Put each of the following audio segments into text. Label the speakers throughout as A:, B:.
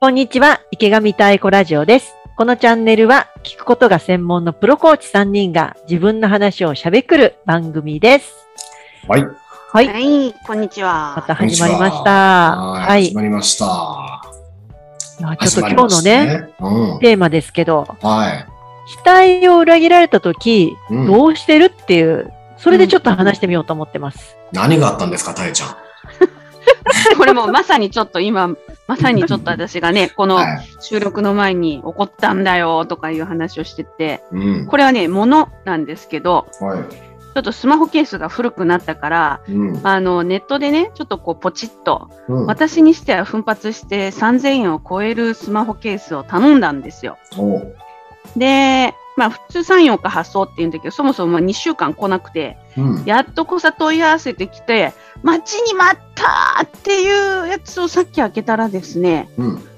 A: こんにちは、池上太鼓ラジオです。このチャンネルは、聞くことが専門のプロコーチ3人が自分の話を喋くる番組です。
B: はい。
A: はい、
C: はい、こんにちは。
A: また始まりました。は
B: はいい。始まりました。
A: いやちょっと今日のね、
B: 始まりましたね。
A: テーマですけど、
B: うん。はい。
A: 期待を裏切られた時、
B: うん
A: どうしてるっていう、それでちょっと話してみようと思ってます。
B: 何があったんですか、たえちゃん。
C: これもまさにちょっと今、まさにちょっと私が ね、この
B: はい。
C: 収録の前に起こったんだよとかいう話をしてて、
B: うん。
C: これはね、物なんですけど、
B: は
C: ちょっとスマホケースが古くなったから、
B: い。うん。
C: あの、ネットでね、ちょっとこうポチッと、
B: うん。
C: 私にしては奮発して3000円を超えるスマホケースを頼んだんですよ。
B: おう
C: で、まあ普通3、4日発送って言うんだけど、そもそも2週間来なくて、
B: うん。
C: やっとこさ問い合わせてきて、待ちに待ったっていうやつをさっき開けたらですね、
B: うん。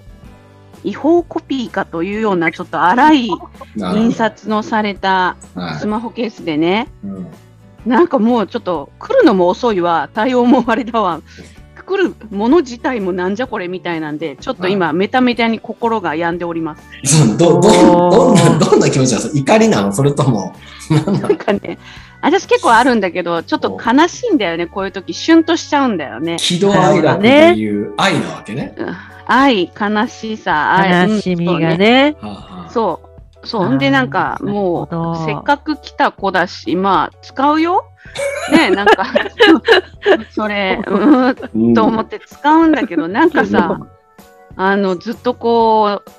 C: 違法コピーかというようなちょっと荒い
B: なるほ
C: 印刷のされた
B: ど。は
C: スマホケースでね、
B: い。うん。
C: なんかもうちょっと来るのも遅いわ、対応もあれだわ、来るもの自体もなんじゃこれみたいなんで、ちょっと今、メタメタに心が病んでおります。
B: そうど、ど、ど
A: お
B: ん
A: ー
B: な、どんな気持ちなんですか怒りなのそれとも、なんな
C: なんかね、私結構あるんだけど、ちょっと悲しいんだよね、こういう時シュンとしちゃうんだよね。
B: 喜怒哀楽っていう愛なわけね。
C: うん愛、悲しさ、愛
A: 悲しみ
C: うんそう
A: が
C: ね
A: ね、
B: はあはあ
C: そう。
A: あ
C: そ
A: ー
C: う。んで、なんか、
A: なるほ
C: も
A: ど
C: う、せっかく来た子だし、まあ、使う よ。ね、なんか、 それ、うーん
B: うん
C: と思って使うんだけど、なんか さ、あの、ずっとこう、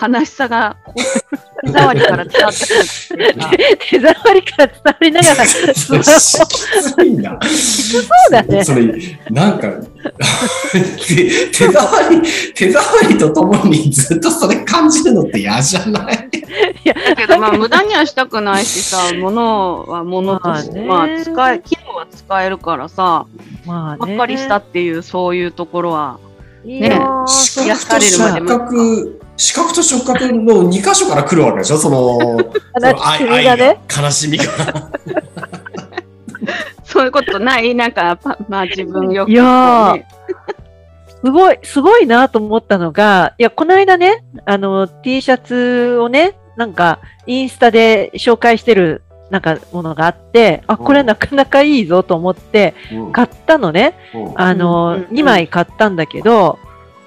C: 悲しさが、こう手触りから伝わってくるっていうか。
A: 手触りから伝わりながら、スマホ
B: きついな。
A: うだね
B: それ、なんか、手手触り、手触りとともにずっとそれ感じるのって嫌じゃない
C: だけど、まあ、無駄にはしたくないしさ、物は物として、
A: ま
C: ま
A: あ
C: あ、
A: ね
C: 使え、機能は使えるからさ、
A: ま
C: ばっかりしたっていう、そういうところは、
A: いやー
B: 視
A: そう
C: や
B: 覚と触覚、視覚と触覚の2箇所から来るわけでしょその、
A: 悲し
B: その
A: みがね。、
B: 悲しみが。
C: そういうことないなんか、パまあ自分よく、
A: いやーすごい、すごいなと思ったのが、いや、この間ね、あの、T シャツをね、なんか、インスタで紹介してる、なんか、ものがあって、あ、これなかなかいいぞと思って、買ったのね。あ
C: うん
A: の
C: う、んうん
A: 2枚買ったんだけど、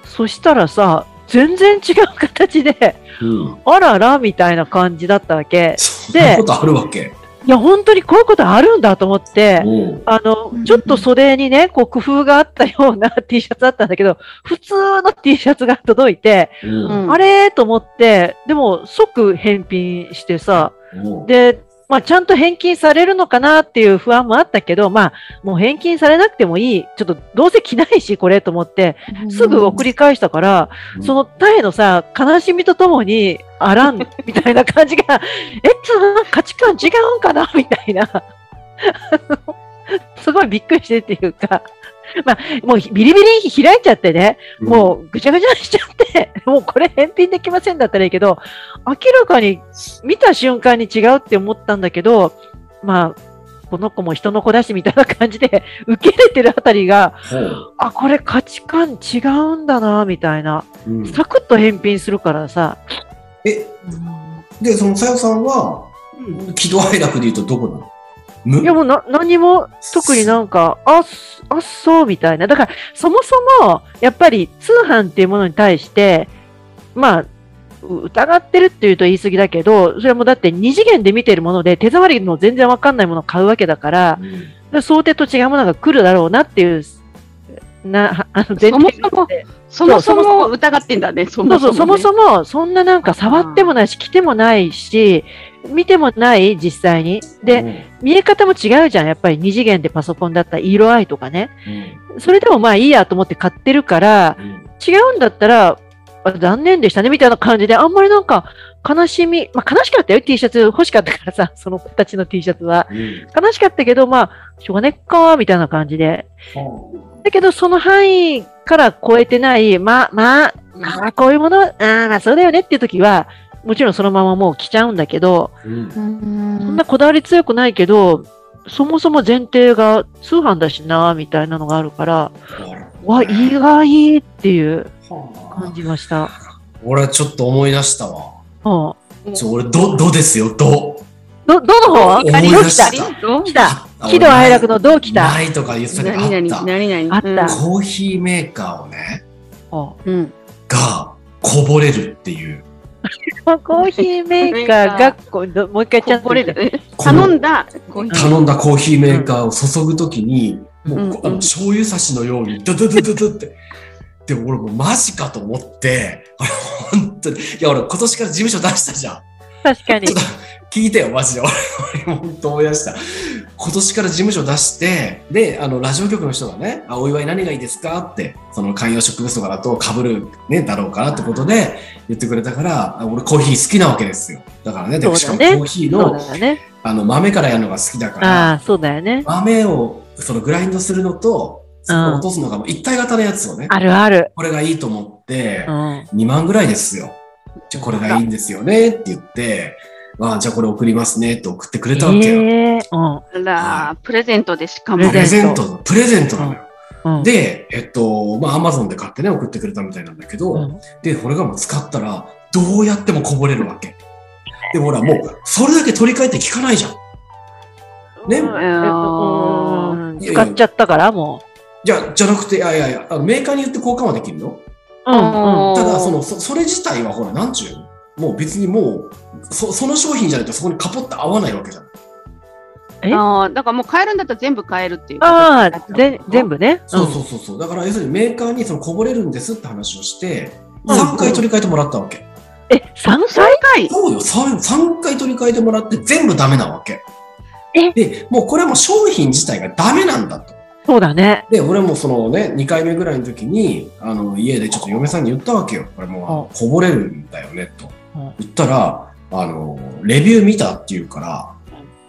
A: そしたらさ、全然違う形で、
B: うん
A: あらら、みたいな感じだったわけ。
B: そんなことあるわけ。
A: いや、本当にこういうことあるんだと思って、
B: おう
A: あの
C: う、ん
A: ちょっと袖にね、こう工夫があったような T シャツだったんだけど、普通の T シャツが届いて、
B: うん
C: うん
A: あれーと思って、でも即返品してさ、
B: おう
A: で、まあちゃんと返金されるのかなっていう不安もあったけど、まあもう返金されなくてもいい、ちょっとどうせ着ないし、これと思って、すぐ送り返したから、
B: うん
A: そのタイのさ、悲しみとともに、あら ん、みたいな感じが、え、その価値観違うんかなみたいな。あ のすごいびっくりしてっていうか、まあ、もうビリビリ開いちゃってね、もうぐちゃぐちゃにしちゃって、 もうこれ返品できませんだったらいいけど、明らかに見た瞬間に違うって思ったんだけど、まあ、この子も人の子だしみたいな感じで、 受け入れてるあたりが、
B: ほう
A: あ、これ価値観違うんだな、みたいな。
B: うん
A: サクッと返品するからさ。
B: え、で、そのさよさんは、喜怒哀楽で言うとどこなの無
A: いやもうな何も特になんか、あ、すあ、そうみたいな。だから、そもそも、やっぱり通販っていうものに対して、まあ、う疑ってるっていうと言い過ぎだけど、それもだって二次元で見てるもので手触りの全然わかんないものを買うわけだから、
B: うん
A: 想定と違うものが来るだろうなっていう、な、あの、前提があって
C: そもそ
A: そうそも
C: も疑ってんだね、そ
A: そ
C: も
A: うそ、
C: そうも。
A: そもそも、そんななんか触ってもないし、着てもないし、見てもない、実際に。で、、見え方も違うじゃん。やっぱり二次元でパソコンだったら色合いとかね。
B: うん
A: それでもまあいいやと思って買ってるから、
B: うん
A: 違うんだったら、あ残念でしたね、みたいな感じで、あんまりなんか、悲しみ、まあ悲しかったよ、T シャツ欲しかったからさ、 その子たちの T シャツは。
B: うん
A: 悲しかったけど、まあ、しょうがねっか、みたいな感じで。だけど、その範囲から超えてない、まあ、まあ、まあ、こういうものは、ああ、まあ、そうだよねっていう時は、もちろんそのままもう着ちゃうんだけど、
B: うん
C: うん
A: そんなこだわり強くないけど、そもそも前提が通販だしな、みたいなのがあるから、
B: なるほ
A: わ、意外っていう
B: は
A: 感
B: あ
A: じました。
B: 俺はちょっと思い出したわ。
A: はあ、
B: ちょ俺、ど、どですよ、ど。
A: ど、どの方
B: 思い
A: あ
B: 出
A: りまし
B: した
A: た。来た。喜怒哀楽のどう来た。
B: ないとか言ってたけど、
C: 何々、
B: あっ
C: 何々。
A: あった
C: うん
B: た。コーヒーメーカーをね、
A: あ
C: うん。
B: が、こぼれるっていう。
A: コーヒーメーカーがこうどもう一回ちゃんと
C: こぼれる。え
B: この
C: 頼んだコーヒー
B: 頼んだコーヒーメーカーを注ぐときに、
A: うん
B: もうこ、
C: うんうん
B: 醤油差しのように、ドドドドドって。で、俺もうマジかと思って、あれ、本当に。いや、俺今年から事務所出したじゃん。
A: 確かに
B: ちょっと聞いてよ、マジで。俺、俺本当思い出した。今年から事務所出して、で、あの、ラジオ局の人がね、あ、お祝い何がいいですかって、その観葉植物とかだと被るね、だろうからってことで言ってくれたから、あ俺コーヒー好きなわけですよ。だからね、
A: そ
B: で
A: うだね
B: しかもコーヒー
A: そう
B: の
A: だよね
B: あの豆からやるのが好きだから、
A: ああそうだよね
B: 豆をそのグラインドするのと、そこを落とすのがもう一体型のやつをね、
A: あるある、
B: これがいいと思って
A: う、ん、
B: 2万ぐらいですよ。じゃあこれがいいんですよねって言って、まあ、じゃあこれ送りますねって送ってくれたわけよ。
A: ええうん
C: あら、プレゼントでしか
A: え
C: も
A: ー
B: プ。レゼント、プレゼントなのよ。
A: うん
B: で、えっと、まあ、アマゾンで買ってね、送ってくれたみたいなんだけど、
A: うん
B: で、これがもう使ったら、どうやってもこぼれるわけ。で、ほら、もう、それだけ取り替えて聞かないじゃん。ね
A: うんうん
B: いやいや
A: 使っちゃったからも
B: じゃあ、じゃなくて、いやいやいや、あのメーカーによって交換はできるの
A: う、うんうん、
B: ただ、その、そそれ自体はほら、なんちゅうのもう別にもう、そ、その商品じゃないとそこにカポッと合わないわけじゃん。
A: え
C: ああ、だからもう買えるんだったら全部買えるっていう。
A: ああぜ全。部ね
B: そうそうそうそう。だから要するにメーカーにそのこぼれるんですって話をして、
A: うん
B: 3回取り替えてもらったわけ。
A: うんえ三
C: 3
A: 歳
C: 回
B: そうよ、3, 3回取り替えてもらって全部ダメなわけ
A: え。
B: で、もうこれはもう商品自体がダメなんだと。
A: そうだね
B: で、俺もそのね、2回目ぐらいの時に、あの、家でちょっと嫁さんに言ったわけよ。これもうあのこぼれるんだよね、と
A: うん。
B: 言ったら、あの、レビュー見たって言うから、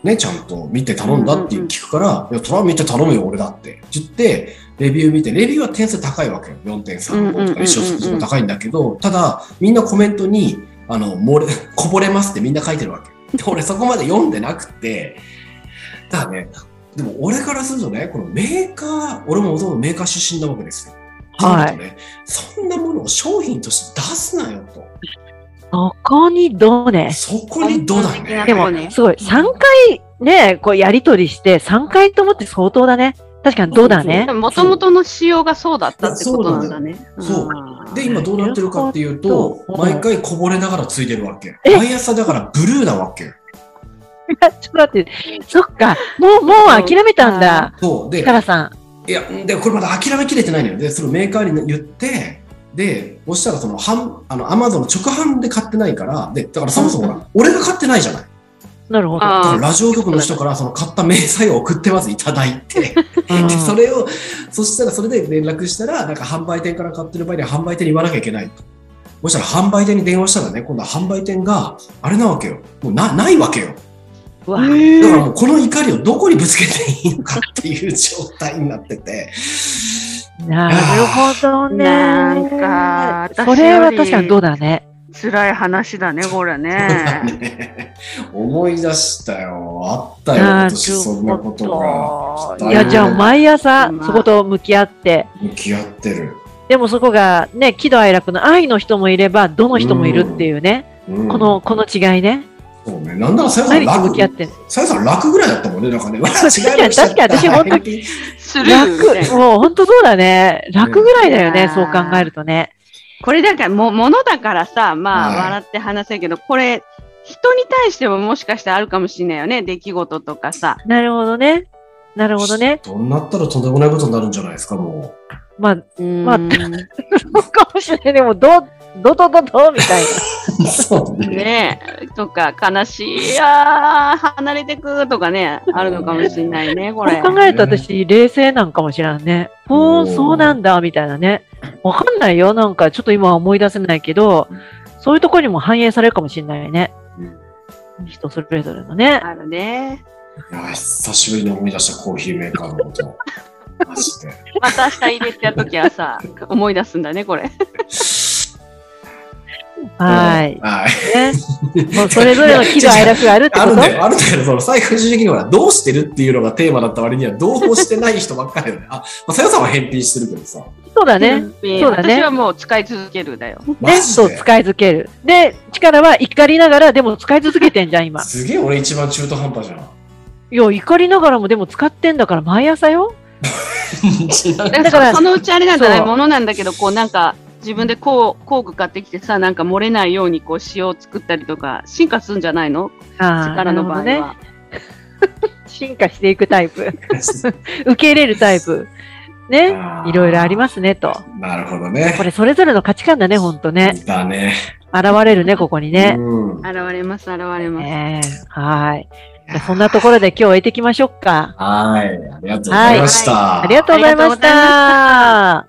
B: ね、ちゃんと見て頼んだっていう聞くから、いや、トラ見て頼むよ、俺だって。って言って、レビュー見て、レビューは点数高いわけよ。4.35とか、一生数字も高いんだけど、ただ、みんなコメントに、あの、漏れ、 こぼれますってみんな書いてるわけ。で、俺そこまで読んでなくて、だからね、でも俺からするとね、このメーカー、俺ももともとメーカー出身なわけですよ。
A: はい
B: とうとね、そんなものを商品として出すなよと。
A: そこにどうね
B: そこにどうだ
C: 本当に
B: ね。
A: でも
C: そうね
A: すごい三回ねこうやりとりして三回ともって相当だね確かにどうだね
C: もともとの仕様がそうだったってことなんだね。
B: そう
C: うん
B: で、今どうなってるかっていう
A: なるほ
B: と、
A: ど
B: 毎回こぼれながらついてるわけ。
A: え
B: 毎朝だからブルーなわ け。
A: ちょっと待ってそっかもうもう諦めたんだ
B: そう。で
A: 設、楽さん
B: いや、で、これまだ諦めきれてないのよ。で、そのメーカーに言って、で、そしたらその、半あの、アマゾンの直販で買ってないから、で、だからそもそもほら、俺が買ってないじゃない。
A: なるほど
B: だから
C: あ
B: ラジオ局の人からその買った明細を送ってます、いただいて。
A: うん
B: でそれを、そしたらそれで連絡したら、なんか販売店から買ってる場合には販売店に言わなきゃいけないと。もしたら販売店に電話したらね、今度は販売店が、あれなわけよ。もうな、ないわけよ。
A: うわ
C: あ。
B: だからもうこの怒りをどこにぶつけていいのかっていう状態になってて。
A: なるほどね。
C: なんか私よ
A: そ
C: り
A: れは確かにどうだね。
C: 辛い話だね、これね。
B: ね思い出したよ。あったよ、
A: な
B: 今
A: る
B: 年そんなこ
A: ほ
B: と
A: ど。
B: が。
A: いや、じゃあ
B: 前
A: 毎朝
C: まあ
A: そこと向き合って、
B: 向き合ってる。
A: でもそこがね、喜怒哀楽の愛の人もいれば、どの人もいるっていうね、
B: うん
A: この、この違いね。
B: そうね。なんならさやさ
A: 毎
B: ん
A: 日
B: 楽
A: 向き合ってる。
B: さやさん楽ぐらいだったもんね、なんかね。
A: 確かに
B: 違いました
A: 確かに私本当に
C: スルーみたい
A: 楽、
C: な。
A: もう本当そうだね。楽ぐらいだよ
C: う
A: ね、
C: ん
A: そう考えるとね。
C: これだから、もう、ものだからさ、まあ、
B: はい
C: 笑って話せるけど、これ、人に対してももしかしてあるかもしれないよね、出来事とかさ。
A: なるほどね。なるほどね。
B: どんなったらとんでもないことになるんじゃないですか、も
A: まあ、
C: ま
A: そうかもしれない。でも、ど、どどどどみたいな。
B: う。そうね。
C: ねえ、とか、悲しい、いやー離れてくとかね、あるのかもしれないね、これ。
A: そう考えると私、冷静なんかもしらんね。ほ
B: お
A: う、
B: ー
A: そうなんだ、みたいなね。わかんないよ。なんか、ちょっと今は思い出せないけど、そういうところにも反映されるかもしれないね。人それぞれのね。
C: あるね。
B: いや、久しぶりに思い出したコーヒーメーカーのこと。マジで。
C: また明日入れちゃうときはさ、思い出すんだね、これ。
A: はい。
B: はい。
A: ね。もうそれぞれの喜怒哀楽があるって
B: ある
A: こ
B: ん
A: と
B: だよ、あるんだよ、その最終的にほら、どうしてるっていうのがテーマだった割には、どうしてない人ばっかりだよね。あ、まあ、さよさんは返品してるけどさ。
A: そうだね。
C: ね
A: そうだね
C: 私はもう使い続けるだよ。
B: マ
A: ね、
B: ジ
A: そう、
B: で
A: 使い続ける。で、力は怒りながら、でも使い続けてんじゃん、 今。
B: すげえ俺一番中途半 端じゃん。
A: いや、怒りながらも、でも使ってんだから、毎朝よ。
C: だ
A: だか
C: かららそのうちあれなんじゃない
A: そう
C: ものなんだけど、こうなんか自分でこう工具買ってきてさ、なんか漏れないようにこう塩を作ったりとか、進化するんじゃないの
A: ああ、
C: 力の場合は。
A: なるほどね。進化していくタイプ。
B: ね、
A: 受け入れるタイプ。ね。いろいろありますね、と。
B: す。なるほどね
A: こ。れ、それぞれの価値観だね、ほんとね。
B: だね。
A: 現れるね、ここにね。
B: うん。
C: 現れます、現れます。
A: ねえはい。じゃあそんなところで今日終えていきましょうか。
B: はい。ありがとうございました。
A: ありがとうございました。